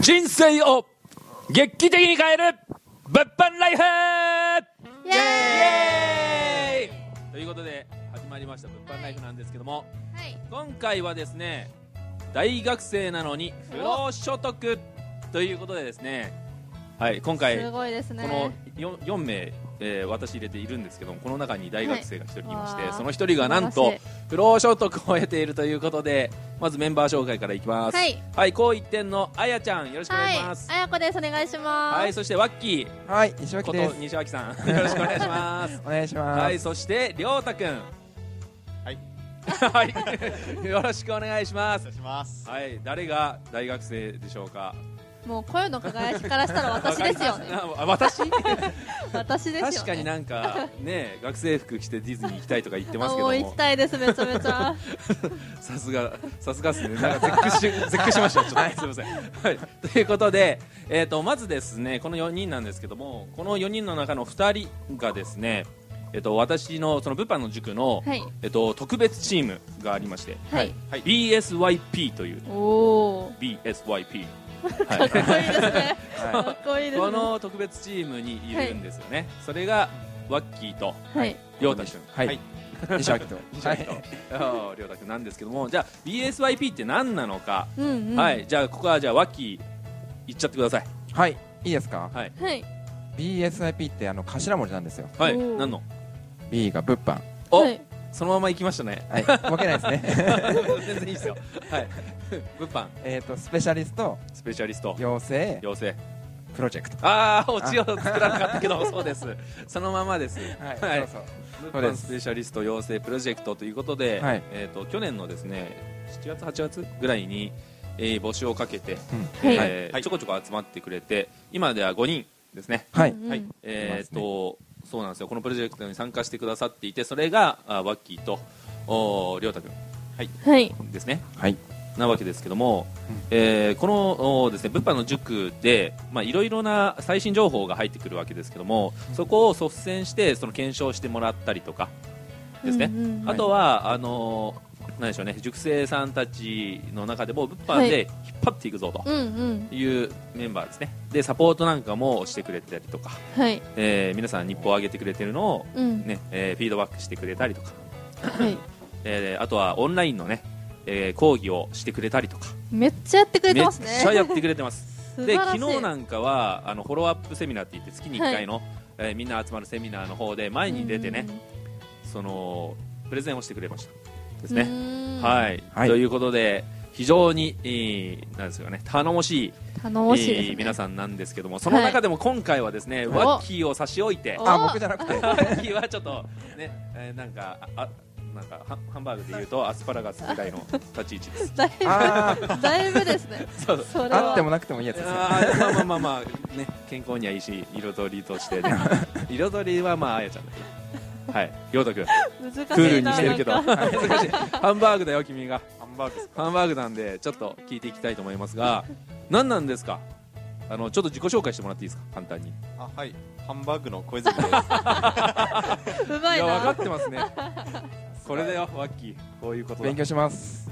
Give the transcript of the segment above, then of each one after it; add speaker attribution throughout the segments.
Speaker 1: 人生を劇的に変える物販ライフイエーイということで始まりました物販ライフなんですけども
Speaker 2: はい
Speaker 1: 今回はですね大学生なのに不労所得ということでですねはい今回
Speaker 2: す
Speaker 1: こ
Speaker 2: ごいですね
Speaker 1: の 4, 4名、えー私入れているんですけどもこの中に大学生が1人いまして、
Speaker 2: はい
Speaker 1: その1人がなんと
Speaker 2: 素晴らしい
Speaker 1: 不労所得を得ているということでまずメンバー紹介からいきます
Speaker 2: はい、
Speaker 1: はい、こう一点のあやちゃんよろしくお願いします、
Speaker 2: あやこですお願いします
Speaker 1: はい、そしてワッキ
Speaker 3: はい、西
Speaker 1: ー
Speaker 3: 脇
Speaker 1: こ
Speaker 3: で
Speaker 1: と
Speaker 3: す。
Speaker 1: 西脇さんよろしくお願いし ます
Speaker 3: お願いします。
Speaker 1: はい、そしてりょうたくん
Speaker 4: はい
Speaker 1: はい、 よろしくお願いしま
Speaker 4: 失
Speaker 1: す
Speaker 4: 礼します。
Speaker 1: はい、誰が大学生でしょうか
Speaker 2: もう声の輝きからしたら私で すよね
Speaker 1: ああ私
Speaker 2: 私ですよ、ね、
Speaker 1: 確かになんかね学生服着てディズニー行きたいとか言ってますけ
Speaker 2: も
Speaker 1: ど
Speaker 2: う行き
Speaker 1: も
Speaker 2: たいですめちゃめち ゃ
Speaker 1: さすがさすがですねなんか絶句し 絶句しましたちょっとすいません、はい、ということで、えー、とまずですねこの4人なんですけどもこの4人の中の2人がですねえっと、私のその物販の塾の、
Speaker 2: はい
Speaker 1: えっと、特別チームがありまして、
Speaker 2: はい、
Speaker 1: BSYP という
Speaker 2: おお
Speaker 1: BSYP
Speaker 2: かっこいいですねか
Speaker 3: は
Speaker 2: っこいいですね
Speaker 1: この特別チームにいるんですよね、それがワッキーと
Speaker 2: はい
Speaker 1: りょうたくん
Speaker 3: はい
Speaker 1: はい
Speaker 3: 西脇と。
Speaker 1: 西脇と
Speaker 3: はい
Speaker 1: あーりょうたくんなんですけどもじゃあ BSYP って何なのか、
Speaker 2: うんうん
Speaker 1: はいじゃあここはじゃあワッキー言っちゃってください
Speaker 3: はい、いいですか
Speaker 1: はい
Speaker 2: はい
Speaker 3: ?BSIP ってあの頭文字なんですよ。
Speaker 1: はい
Speaker 2: おー
Speaker 1: 何の
Speaker 3: B が物販。
Speaker 1: お、
Speaker 2: はい
Speaker 1: そのまま行きましたね
Speaker 3: はい、負けないですね。
Speaker 1: 全然いいですよ はい物販
Speaker 3: えっと、スペシャリスト、
Speaker 1: スペシャリスト
Speaker 3: 養成、
Speaker 1: 養成
Speaker 3: プロジェクト。
Speaker 1: ああオチを作らなかったけどそうですそのままです
Speaker 3: はい、そうそう。そう
Speaker 1: 物販
Speaker 3: です
Speaker 1: スペシャリスト養成プロジェクトということで、
Speaker 3: はい
Speaker 1: えー、と去年のですね7月8月ぐらいに、えー募集をかけて、
Speaker 2: うんはい
Speaker 1: えー
Speaker 4: はい
Speaker 1: ちょこちょこ集まってくれて今では5人ですね
Speaker 3: は
Speaker 2: う
Speaker 3: い、
Speaker 2: んうん
Speaker 4: はい
Speaker 1: えーっとそうなんですよこのプロジェクトに参加してくださっていてそれがあワッキーとおーりょうたくん
Speaker 2: はい
Speaker 1: ですね
Speaker 3: はい、
Speaker 1: なわけですけども、えーこのおーですね物販の塾でまあいろいろな最新情報が入ってくるわけですけどもそこを率先してその検証してもらったりとかですね、
Speaker 2: うんうん
Speaker 1: あとはあのーなんでしょうね塾生さんたちの中でも物販で引っ張っていくぞと
Speaker 2: うんうん
Speaker 1: いうメンバーですねでサポートなんかもしてくれたりとか、
Speaker 2: はい
Speaker 1: えー皆さん日報を上げてくれてるのを、
Speaker 2: うん
Speaker 1: ねえーフィードバックしてくれたりとか、
Speaker 2: はい
Speaker 1: えーあとはオンラインのね、えー講義をしてくれたりとか
Speaker 2: めっちゃやってくれ
Speaker 1: め
Speaker 2: て
Speaker 1: っ
Speaker 2: ますね
Speaker 1: ちゃやってくれてます
Speaker 2: 素
Speaker 1: で
Speaker 2: 晴らし
Speaker 1: 昨
Speaker 2: い
Speaker 1: 日なんかはあのフォローアップセミナーって言って月に1回の、えーみんな集まるセミナーの方で前に出てね、そのプレゼンをしてくれましたです
Speaker 2: うんう
Speaker 1: ね、
Speaker 2: ん
Speaker 1: はい、
Speaker 3: はい
Speaker 1: ということで非常に、えーなんですよね頼もしい
Speaker 2: 頼もしいです
Speaker 1: え
Speaker 2: ね
Speaker 1: ー皆さんなんですけどもその中でも今回はですね、
Speaker 2: はい
Speaker 1: ワッキーを差し置いて
Speaker 2: お
Speaker 1: ワ
Speaker 3: あ、僕じゃなくて。
Speaker 1: ッキーはちょっとね、えーなんかああなんかハンハンバーグで言うとアスパラガスぐらいの立ち位置です
Speaker 2: だい
Speaker 3: あ
Speaker 2: ぶだいぶですね
Speaker 1: そう
Speaker 2: それは
Speaker 3: あってもなくてもいいやつですよ。
Speaker 1: あーまあまあまあまあね健康にはいいし彩りとしてね彩りはまああやちゃんだけどはい陽太くん
Speaker 2: 難しいな
Speaker 1: クールにしてるけど
Speaker 2: なんか
Speaker 1: 難しいハンバーグだよ君が
Speaker 4: ハンバーグ。
Speaker 1: ハンバーグなんでちょっと聞いていきたいと思いますが何なんですかあのちょっと自己紹介してもらっていいですか簡単に
Speaker 4: あ、はい。ハンバーグの小泉です。
Speaker 2: うま
Speaker 1: い
Speaker 2: い
Speaker 1: や
Speaker 2: な
Speaker 1: 分かってますねこれだよワッキーこういうことだ
Speaker 3: 勉強します。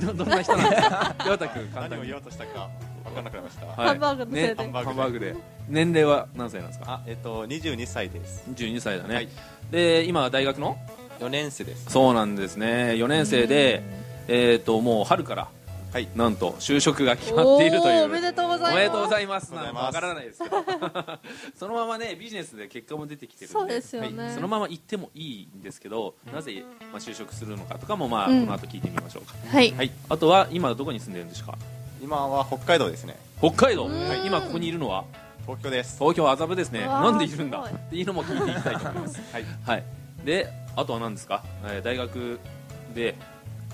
Speaker 1: どどんな人なんですか陽太くん簡
Speaker 4: 何
Speaker 1: 単
Speaker 4: を
Speaker 1: に
Speaker 4: 言おうとしたか分からなくなりました。
Speaker 1: はい
Speaker 2: ハンバーグのせいで
Speaker 1: ね
Speaker 2: ハ
Speaker 1: ハ
Speaker 4: ン
Speaker 1: ン
Speaker 4: バーグで
Speaker 1: バーグで年齢は何歳なんですか
Speaker 4: あ、えっと22歳です。
Speaker 1: 12歳だね、
Speaker 4: はい
Speaker 1: で今は大学の
Speaker 4: 4年生です。
Speaker 1: そうなんですね4年生で、えー、ともう春から、
Speaker 4: はい
Speaker 1: なんと就職が決まっているという
Speaker 2: おーおめでとうございます
Speaker 1: おめでとうございますなんか
Speaker 4: おめ
Speaker 1: わ
Speaker 4: で
Speaker 1: か
Speaker 4: とうござ
Speaker 1: ら
Speaker 4: い
Speaker 1: ないですけど そのままねビジネスで結果も出てきてるんで
Speaker 2: そうですよね
Speaker 1: はいそのまま行ってもいいんですけどなぜ、まあ、就職するのかとかも、まあ
Speaker 2: うん
Speaker 1: この後聞いてみましょうか、
Speaker 2: はい
Speaker 1: はい、あとは今どこに住んでるんですか
Speaker 4: 今は北海道ですね。
Speaker 1: 北海道、
Speaker 2: ん
Speaker 1: はい今ここにいるのは
Speaker 4: 東京です。
Speaker 1: 東京麻布ですね
Speaker 2: うわー
Speaker 1: なんでいるんだ
Speaker 2: すごい
Speaker 1: っていうのも聞いていきたいと思い ます
Speaker 4: はい。
Speaker 1: はいであとは何ですか、えー大学で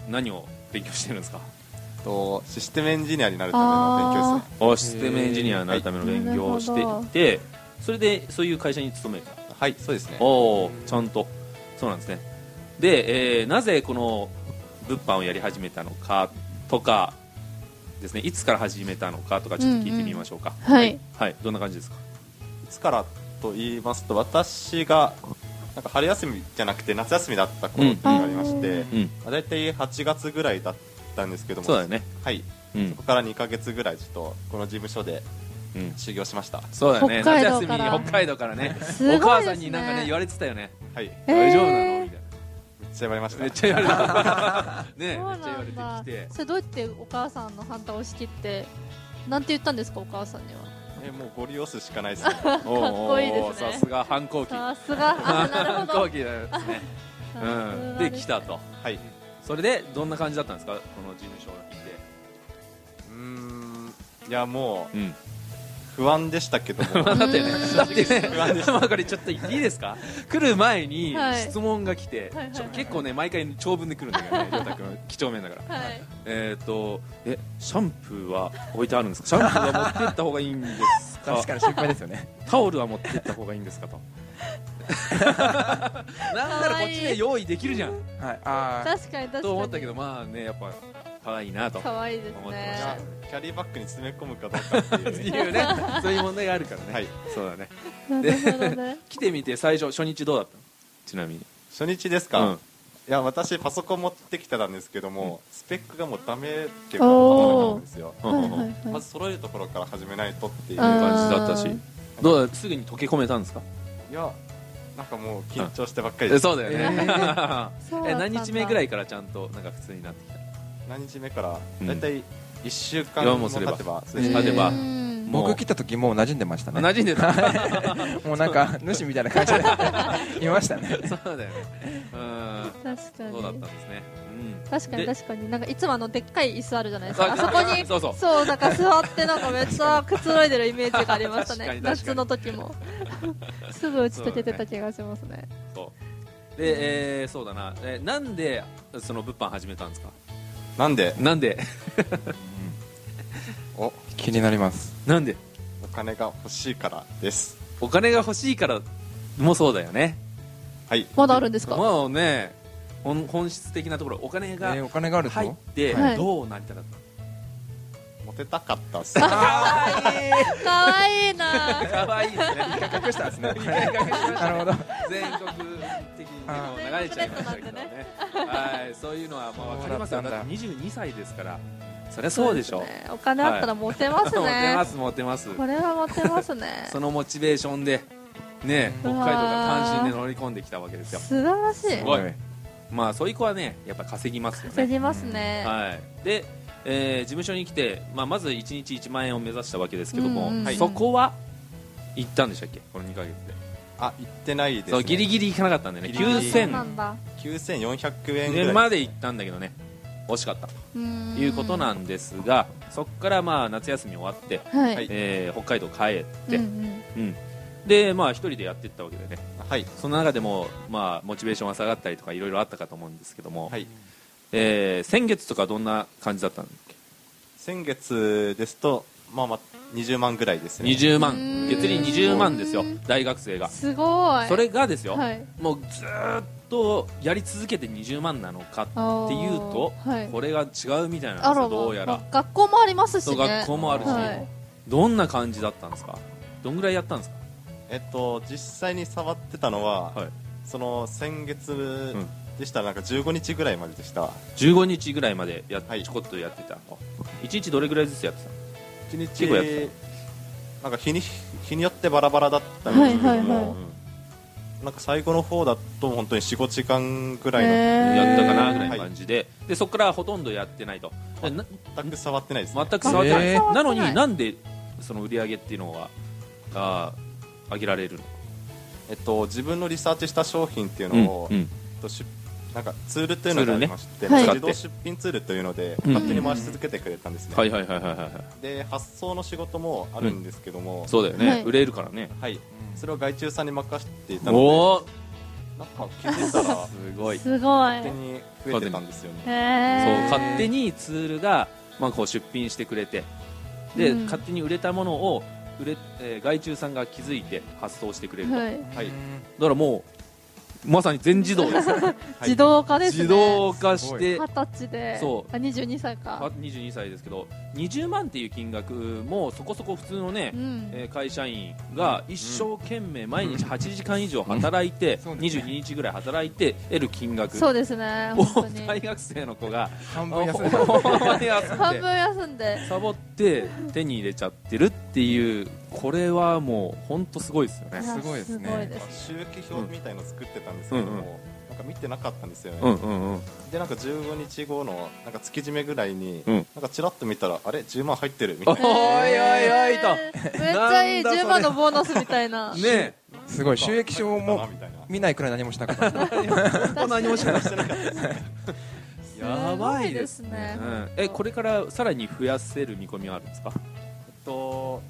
Speaker 1: 何を勉強してるんですか
Speaker 4: とシステムエンジニアになるための勉強ですね。
Speaker 1: あシステムエンジニアになるための勉強をしていてそれでそういう会社に勤めてた
Speaker 4: はい、そうですね。
Speaker 1: おおちゃんとそうなんですねで、えーなぜこの物販をやり始めたのかとかですねいつから始めたのかとかちょっと聞いてみましょうか、
Speaker 2: はい
Speaker 1: はいどんな感じですか
Speaker 4: いつからと言いますと、私がなんか春休みじゃなくて夏休みだった頃っていうのがありまして、
Speaker 1: うん
Speaker 4: まあ、大体8月ぐらいだったんですけども、
Speaker 1: そうだよね
Speaker 4: はい、
Speaker 1: ううん
Speaker 4: そこから2ヶ月ぐらいちょっとこの事務所で
Speaker 1: うん
Speaker 4: 修行しました、
Speaker 1: そうだよね
Speaker 2: 北海
Speaker 1: 夏
Speaker 2: 道
Speaker 1: 休み
Speaker 2: から
Speaker 1: に北海道からね
Speaker 2: すごいですね
Speaker 1: お母さんになんかね言われてたよね
Speaker 4: はい
Speaker 2: えー
Speaker 1: 大丈夫なのみたい
Speaker 4: めっちゃ言われまし
Speaker 1: な
Speaker 4: た
Speaker 1: めっちゃ言われ たねめっち
Speaker 2: そう
Speaker 1: ゃ言
Speaker 2: な
Speaker 1: われ
Speaker 2: んだ
Speaker 1: てきて
Speaker 2: それどうやってお母さんの反対を押し切ってなんて言ったんですかお母さんには
Speaker 4: えもうご利用すしかない ですね
Speaker 1: かっ
Speaker 2: こいいですね
Speaker 1: さすが反抗期
Speaker 2: さ すがあなる
Speaker 1: 反
Speaker 2: ほ
Speaker 1: 抗
Speaker 2: ど
Speaker 1: 期だよね
Speaker 2: さす
Speaker 1: う
Speaker 2: が
Speaker 1: ん
Speaker 2: すね
Speaker 1: で来たと
Speaker 4: はい
Speaker 1: それでどんな感じだったんですかこの事務所に来て
Speaker 4: うーんいやも
Speaker 1: うん
Speaker 4: う不安でしたけど も
Speaker 1: だってね
Speaker 2: うん
Speaker 1: だってねまあこれちょっといいですか来る前に
Speaker 2: はい
Speaker 1: 質問が来て、
Speaker 2: はいはいはい
Speaker 1: ちょ結構ね毎回長文で来るんだけ どね亮太君几帳面だから
Speaker 2: はい
Speaker 1: えっ、とえシャンプーは置いてあるんですかシャンプーは持ってった方がいいんですか
Speaker 3: 確かに心配ですよね。
Speaker 1: タオルは持ってった方がいいんです かとなんならこっちで用意できるじゃん
Speaker 3: はい。ああ。
Speaker 2: 確かに確かに
Speaker 1: と思ったけどまあねやっぱ可愛いなと
Speaker 2: 可愛いです
Speaker 1: 思ってま
Speaker 2: ね
Speaker 1: した
Speaker 4: キャリーバッグに詰め込むかどうかって
Speaker 1: って
Speaker 4: いう、
Speaker 1: いうねそういう問題があるからね、
Speaker 4: はい、
Speaker 1: そうだね
Speaker 2: なるほ どね
Speaker 1: 来てみて最初初日どうだったのちなみに
Speaker 4: 初日ですか、
Speaker 1: うん
Speaker 4: いや私パソコン持ってきてたんですけども、スペックがもうダメっていうか
Speaker 2: おー
Speaker 4: ダメなんですよ
Speaker 2: はいはいはい
Speaker 4: まず揃えるところから始めないとっていう
Speaker 2: あー
Speaker 1: 感じだったしどうだすぐに溶け込めたんですか
Speaker 4: いやなんかもう緊張してばっかり
Speaker 1: え
Speaker 4: です、
Speaker 1: そうだよね、
Speaker 2: そうだ
Speaker 1: え
Speaker 2: ったん
Speaker 1: 何
Speaker 2: だ
Speaker 1: 日目ぐらいからちゃんとなんか普通になってきた
Speaker 4: 何日目から
Speaker 1: うん
Speaker 4: 大体1週間
Speaker 1: いやも
Speaker 4: も
Speaker 1: うすれ
Speaker 4: 経
Speaker 1: ば
Speaker 4: てば
Speaker 1: そうです例えば
Speaker 2: うん
Speaker 1: もう
Speaker 3: 僕来た時もう馴染んでましたね。
Speaker 1: 馴染んでた
Speaker 3: もうなんか主みたいな感じでいましたね。
Speaker 1: そうだよねうん
Speaker 2: 確かに
Speaker 1: そうだったんですねうん
Speaker 2: 確かに
Speaker 1: で
Speaker 2: 確かになんかいつもあのでっかい椅子あるじゃないですか
Speaker 1: あ
Speaker 2: あそこに
Speaker 1: そうそう
Speaker 2: そうなんか座ってなんかめっちゃくつろいでるイメージがありました
Speaker 1: 確か
Speaker 2: ね
Speaker 1: に確か
Speaker 2: 夏
Speaker 1: に
Speaker 2: の時もすぐ打ち解けてた気がしますね
Speaker 1: そうで、えーそうだな、えーなんでその物販始めたんですか
Speaker 4: なんで
Speaker 1: なんで
Speaker 4: お
Speaker 3: 気になります。
Speaker 1: なんで
Speaker 4: お金が欲しいからです
Speaker 1: お金が欲しいからもそうだよね
Speaker 4: はい
Speaker 2: まだあるんですか
Speaker 1: もうね本本質的なところお金
Speaker 3: え
Speaker 1: が
Speaker 3: ーお金がある
Speaker 1: 入っ
Speaker 3: と。
Speaker 1: て
Speaker 2: はい
Speaker 1: どうなりたかっ
Speaker 4: モテたかったっす
Speaker 2: 可愛いな
Speaker 1: たかわいいですね
Speaker 3: 隠した んですね。な
Speaker 1: な
Speaker 3: るほど。
Speaker 1: 全国的にもう流れちゃいましたけどねはいそういうのはまあ分かりますよ
Speaker 3: そうだ
Speaker 1: だ
Speaker 3: った
Speaker 1: って
Speaker 3: ん
Speaker 1: 22歳ですからそりゃそうでしょ
Speaker 2: すねお金あったらモテます
Speaker 1: モテ
Speaker 2: ね
Speaker 1: ますモテます
Speaker 2: これはモテますね
Speaker 1: そのモチベーションでね北海道から単身で乗り込んできたわけですよ
Speaker 2: 素晴らし
Speaker 1: す
Speaker 2: い
Speaker 1: ごいまあそういう子はねやっぱ稼ぎますよ
Speaker 2: 稼
Speaker 1: ね
Speaker 2: ぎますね
Speaker 1: はいでえー事務所に来てまあまず1日1万円を目指したわけですけども
Speaker 2: うんうん
Speaker 1: そこは行ったんでしたっけこの2ヶ月で
Speaker 4: あ行ってないです、ね、
Speaker 1: そうギリギリ行かなかったんでね
Speaker 4: ギリギリ
Speaker 2: あそうな
Speaker 1: 9000
Speaker 2: んだ
Speaker 4: 9400円ぐら
Speaker 1: 円
Speaker 4: い
Speaker 1: まで行ったんだけどね惜しかったと
Speaker 2: うーん
Speaker 1: いうことなんですがそこからまあ夏休み終わって、
Speaker 2: はい、
Speaker 4: はい
Speaker 1: えー北海道帰って、
Speaker 2: う
Speaker 1: うん
Speaker 2: うんん
Speaker 1: でまあ一人でやっていったわけでね
Speaker 4: はい
Speaker 1: その中でもまあモチベーションは下がったりとかいろいろあったかと思うんですけども、
Speaker 4: はい
Speaker 1: えー先月とかどんな感じだったんだっけ
Speaker 4: 先月ですとまあまあ20万ぐらいですね
Speaker 1: 20
Speaker 2: う
Speaker 1: 万
Speaker 2: ーん
Speaker 1: 月利20万ですよ大学生が
Speaker 2: すごい
Speaker 1: それがですよ、
Speaker 2: はい
Speaker 1: もうずーっとやり続けて20万なのかっていうと、
Speaker 2: あーはい
Speaker 1: これが違うみたいなんです
Speaker 2: あら
Speaker 1: よ
Speaker 2: ま
Speaker 1: どうやら
Speaker 2: ま学校もありますし
Speaker 1: そう
Speaker 2: ね
Speaker 1: 学校もあるし、
Speaker 2: はい
Speaker 1: どんな感じだったんですかどんぐらいやったんですか
Speaker 4: えっと実際に触ってたのは、
Speaker 1: はい
Speaker 4: その先月
Speaker 1: ん
Speaker 4: でしたらなんか15日ぐらいまででした
Speaker 1: 15日ぐらいまでやっ、
Speaker 4: はい
Speaker 1: ちょこっとやってたあ一日どれぐらいずつやってたの
Speaker 4: 1日
Speaker 1: 結構やって
Speaker 4: なんか日に日によってバラバラだったんですけども、
Speaker 2: はいはいは
Speaker 4: なんか最後の方だと本当に45時間ぐらいの、
Speaker 2: へー
Speaker 1: やったかなぐらいの
Speaker 4: は
Speaker 1: 感じで,、でそこからほとんどやってないとでな
Speaker 4: 全く触ってないです、ね、
Speaker 1: 全く触ってない、
Speaker 3: えー
Speaker 1: なのになんでその売り上げっていうのはあー上げられるの
Speaker 4: えっと、自分のリサーチした商品っていうのを、
Speaker 1: うんうん
Speaker 4: えっと出なんかツールというのがありまし
Speaker 2: ツ
Speaker 4: て、
Speaker 2: ールねはい
Speaker 4: 自動出品ツールというので、
Speaker 1: うん
Speaker 4: 勝手に回し続けてくれたんですね、
Speaker 1: はいはいはいはいはい
Speaker 4: で発送の仕事もあるんですけども、
Speaker 1: そうだよね、
Speaker 2: はい
Speaker 1: 売れるからね
Speaker 4: はい、それを外注さんに任せていたの
Speaker 1: おお
Speaker 4: でなんか気づいたら勝
Speaker 1: すごいそう
Speaker 2: すごい
Speaker 4: 手に増えてたんですよね
Speaker 2: へえ
Speaker 1: 勝手にツールが、まあ、こう出品してくれてで、
Speaker 2: うん
Speaker 1: 勝手に売れたものを売れ、えー外注さんが気づいて発送してくれると、
Speaker 2: はい
Speaker 4: はい
Speaker 1: だからもまさに全自動です、
Speaker 2: 自動化ですね。
Speaker 1: 自動化して
Speaker 2: 二十歳で。
Speaker 1: そう
Speaker 2: あ、二十二歳
Speaker 1: あ
Speaker 2: か。
Speaker 1: 22歳ですけど20万っていう金額もそこそこ普通のね、
Speaker 2: うん。
Speaker 1: えー会社員が一生懸命毎日8時間以上働いて、
Speaker 3: そうです
Speaker 1: 22日ぐらい働いて得る金額
Speaker 2: そうですね。
Speaker 1: を
Speaker 2: 本当に。
Speaker 1: 大学生の子が
Speaker 3: 半分休んで
Speaker 1: ほんまに休ん
Speaker 2: 半
Speaker 1: で
Speaker 2: 分休んで。
Speaker 1: サボって手に入れちゃってるっていうこれはもう本当すごいですよね。
Speaker 2: や
Speaker 3: すごいですね
Speaker 2: すごいで
Speaker 4: なん
Speaker 2: す
Speaker 4: か収益表みたいの作ってたんですけど
Speaker 1: うんうん
Speaker 4: も、なんか見てなかったんですよね、
Speaker 1: うんうんうん、
Speaker 4: でなんか15日後のなんか月締めぐらいに、
Speaker 1: うん
Speaker 4: なんかちらっと見たらあれ10万入ってるみ たいな
Speaker 1: おいおいおいと
Speaker 2: えーめっちゃいい
Speaker 1: なんだそれ
Speaker 2: 10万のボーナスみたいな
Speaker 1: ね
Speaker 3: すごい収益証も
Speaker 4: 入ってたなみたいな
Speaker 3: 見ないくらい何もしなかった
Speaker 1: え、もう何もしない。やばいです
Speaker 2: すごいで
Speaker 1: ね
Speaker 2: すね。
Speaker 1: うん、え、これからさらに増やせる見込みはあるんですか。
Speaker 4: えっと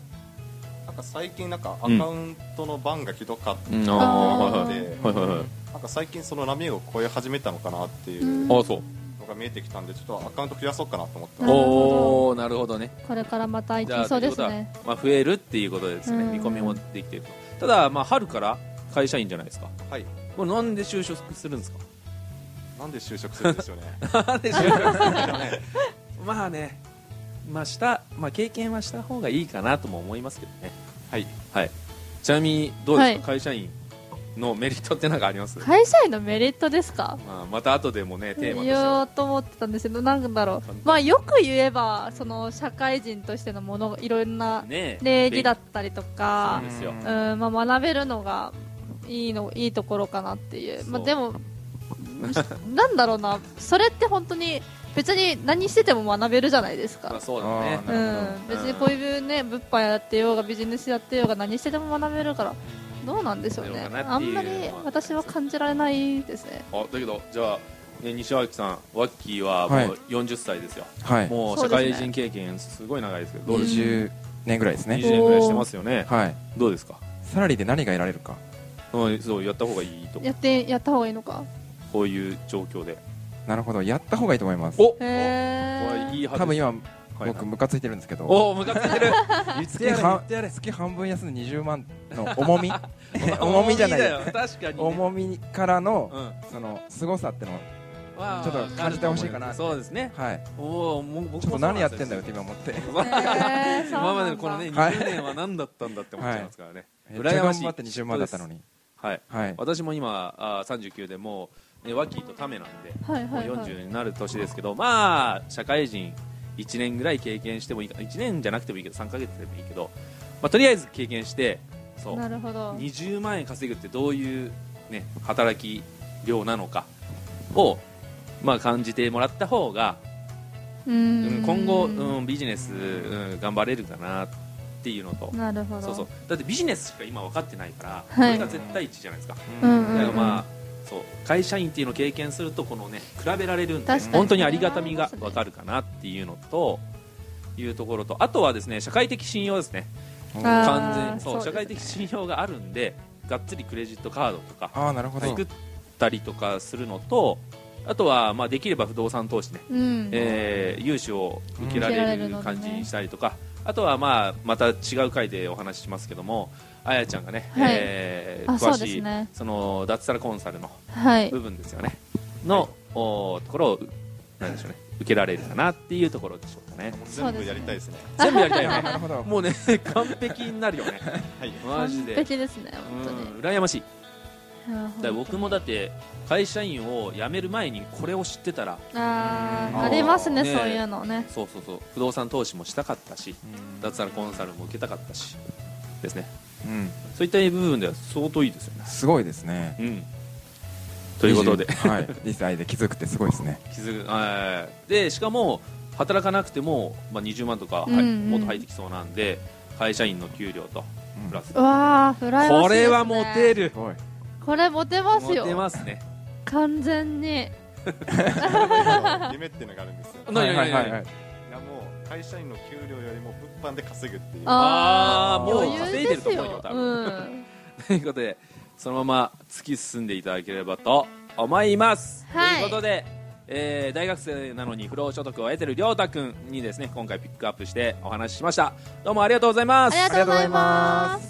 Speaker 4: なんか最近なんかアカウントの番がひどかったので、
Speaker 2: あー
Speaker 1: はいはいはい。
Speaker 4: なんか最近その波を越え始めたのかなっていう
Speaker 2: うん
Speaker 4: の
Speaker 1: あ、そう。
Speaker 4: が見えてきたんでちょっとアカウント増やそうかなと思って
Speaker 2: なるほど
Speaker 1: おお、なるほどね。
Speaker 2: これからまた行
Speaker 1: じゃ
Speaker 2: き
Speaker 1: あ
Speaker 2: そうで
Speaker 1: と
Speaker 2: す
Speaker 1: いうことは
Speaker 2: ね
Speaker 1: まあ、増えるっていうことですね。
Speaker 2: うん
Speaker 1: 見込みもできていると。ただ、まあ、春から会社員じゃないですか。
Speaker 4: はい
Speaker 1: これなんで就職するんですか。
Speaker 4: なんで就職するんでしょうね
Speaker 1: なんで就職するんですか ね。まあね。まあ、した、まあ、経験はした方がいいかなとも思いますけどね。
Speaker 4: はい
Speaker 1: はい。ちなみに、どうですか、
Speaker 2: は
Speaker 1: 会
Speaker 2: い
Speaker 1: 社員。のメリットってなんかあります。
Speaker 2: 会社員のメリットですか
Speaker 1: まあ、また後でもね、テーマとして
Speaker 2: 言お
Speaker 1: は。
Speaker 2: うと思ってたんですけどなんだろうまあよく言えばその社会人としてのものいろんな
Speaker 1: ねえ。
Speaker 2: 礼儀だったりとか
Speaker 1: そうですよ
Speaker 3: う
Speaker 2: うんんまあ学べるのがいいのいいところかなっていうまあ
Speaker 1: そう
Speaker 2: でもなんだろうなそれって本当に別に何してても学べるじゃないです
Speaker 1: まあ、
Speaker 2: か
Speaker 1: そうだね
Speaker 3: あー。
Speaker 2: う
Speaker 3: なるほど
Speaker 2: ん別にこういうね物販やってようがビジネスやってようが何してても学べるからどうなんでしょうね
Speaker 1: どうかな
Speaker 2: あ
Speaker 1: ってい
Speaker 2: ん
Speaker 1: う
Speaker 2: まり私は感じられないですね
Speaker 1: あだけどじゃあ、ね、西脇さんワッキーは
Speaker 3: はい
Speaker 1: もう40歳ですよ、
Speaker 3: はい
Speaker 1: もう
Speaker 2: そ
Speaker 1: 社
Speaker 2: うです
Speaker 1: 会人
Speaker 2: ね
Speaker 1: 経験すごい長いですけどどうです
Speaker 3: 20年ぐらいです
Speaker 1: か、
Speaker 3: ね
Speaker 1: 20年ぐらいしてますよね
Speaker 3: はい
Speaker 1: どうですか、
Speaker 3: サラリーで何が得られるか
Speaker 1: うん、そうやった方がいいと
Speaker 2: やってやった方がいいのか
Speaker 1: こういう状況で
Speaker 3: なるほどやった方がいいと思います
Speaker 1: お
Speaker 2: へ
Speaker 1: おいい
Speaker 2: え
Speaker 1: 派
Speaker 3: 多分今
Speaker 1: はい
Speaker 3: 僕ムカついてるんですけど
Speaker 1: おムカついてる言って
Speaker 3: 月
Speaker 1: やれ言
Speaker 3: 半
Speaker 1: ってやれ
Speaker 3: 月半分休んで20万の 重み 重みじゃない
Speaker 1: だよ確かにね、
Speaker 3: 重みからの
Speaker 1: うん
Speaker 3: その凄さっての
Speaker 1: わあ
Speaker 3: ちょっと感じてほしいかな
Speaker 1: そうですね
Speaker 3: はい
Speaker 1: おおもう僕も
Speaker 3: ちょっと何やってんだよっ
Speaker 1: そ
Speaker 3: て
Speaker 1: う
Speaker 3: 今思って
Speaker 1: なんですよ今までのこのね
Speaker 3: はい
Speaker 1: 20年は何だったんだって思っちゃいますからね、
Speaker 3: めっちゃ
Speaker 1: 羨ま
Speaker 3: 頑
Speaker 1: しい
Speaker 3: 張って20万だったのに
Speaker 1: はい
Speaker 3: はい
Speaker 1: 私も今あー39でもう、ね、ワッキーとタメなんで
Speaker 2: はい
Speaker 1: もう
Speaker 2: はいはい
Speaker 1: 40になる年ですけど、まあ社会人1年ぐらい経験してもいいか1年じゃなくてもいいけど3ヶ月でもいいけど、まあ、とりあえず経験してそう
Speaker 2: なるほど
Speaker 1: 20万円稼ぐってどういう、ね、働き量なのかを、まあ、感じてもらった方が、
Speaker 2: う
Speaker 1: うんん、今後、うん、ビジネス、うん、頑張れるかなっていうのと。
Speaker 2: なるほど
Speaker 1: そうそうだってビジネスしか今分かってないから、
Speaker 2: はい
Speaker 1: これが絶対一じゃないですか、
Speaker 2: うん
Speaker 1: だか
Speaker 2: う
Speaker 1: ら
Speaker 2: ん
Speaker 1: まあ、そう会社員っていうのを経験するとこのね比べられるんで
Speaker 2: 確かに
Speaker 1: 本当にありがたみがわかるかなっていうのというところとあとはですね社会的信用ですね
Speaker 3: うん
Speaker 2: あー
Speaker 3: あ
Speaker 1: 完全にそう
Speaker 2: そうですね
Speaker 1: 社会的信用があるんでがっつりクレジットカードとか
Speaker 3: あなるほど
Speaker 1: 作ったりとかするのとあとはまあできれば不動産投資ね、
Speaker 2: うん
Speaker 1: えー融資を受けられる感じにしたりとか、あとはまあまた違う回でお話ししますけどもあやちゃんがね、
Speaker 2: はい
Speaker 1: えー
Speaker 2: あ
Speaker 1: 詳
Speaker 2: そうで
Speaker 1: しい
Speaker 2: すね
Speaker 1: その脱サラコンサルの
Speaker 2: はい
Speaker 1: 部分ですよねの、おところをなんでしょうね受けられるかなっていうところでしょうか ね
Speaker 4: もう全部やりたいですね
Speaker 1: 全部やりたいよ
Speaker 3: なる
Speaker 1: ね
Speaker 3: ほど
Speaker 1: もうね完璧になるよね
Speaker 4: はい
Speaker 1: マ
Speaker 2: 完
Speaker 1: ジで
Speaker 2: 璧ですね
Speaker 1: うん
Speaker 2: 本当に
Speaker 1: 羨ましい
Speaker 2: うん
Speaker 1: だから僕もだって会社員を辞める前にこれを知ってたら
Speaker 2: あ
Speaker 1: うん
Speaker 2: ーありますね
Speaker 1: ね
Speaker 2: そういうのね
Speaker 1: そうそうそう不動産投資もしたかったし
Speaker 3: うん
Speaker 1: 脱サラコンサルも受けたかったしですね
Speaker 3: うん
Speaker 1: そういった部分では相当いいですよね
Speaker 3: すごいですね
Speaker 1: うんということで
Speaker 3: 20はい実際で気づくってすごいですね
Speaker 1: 気づくはいでしかも働かなくても、まあ、20万とか、はい
Speaker 2: うんうん
Speaker 1: もっと入ってきそうなんで会社員の給料と
Speaker 3: うん
Speaker 1: プラス、
Speaker 2: うわー羨ましいですね
Speaker 1: これ はモテ
Speaker 2: る
Speaker 1: る
Speaker 3: すごい
Speaker 2: これモテます
Speaker 1: モテ
Speaker 2: よ
Speaker 1: ますね
Speaker 2: 完全に
Speaker 4: 夢っていうのがあるんですよ
Speaker 1: 何何何
Speaker 3: はいはいはい
Speaker 4: いやもう会社員の給料よりも物販で稼ぐっていう
Speaker 1: あ
Speaker 2: あ
Speaker 1: ー
Speaker 2: あ
Speaker 1: もう
Speaker 2: 余
Speaker 1: 稼いで
Speaker 2: 裕で
Speaker 1: る
Speaker 2: す
Speaker 1: と思う
Speaker 2: よ
Speaker 1: よ多分、
Speaker 2: うん
Speaker 1: ということでそのまま突き進んでいただければと思います、
Speaker 2: はい
Speaker 1: ということで、えー大学生なのに不労所得を得てるりょうたくんにですね今回ピックアップしてお話ししましたどうもありがとうございます
Speaker 2: ありがとうございます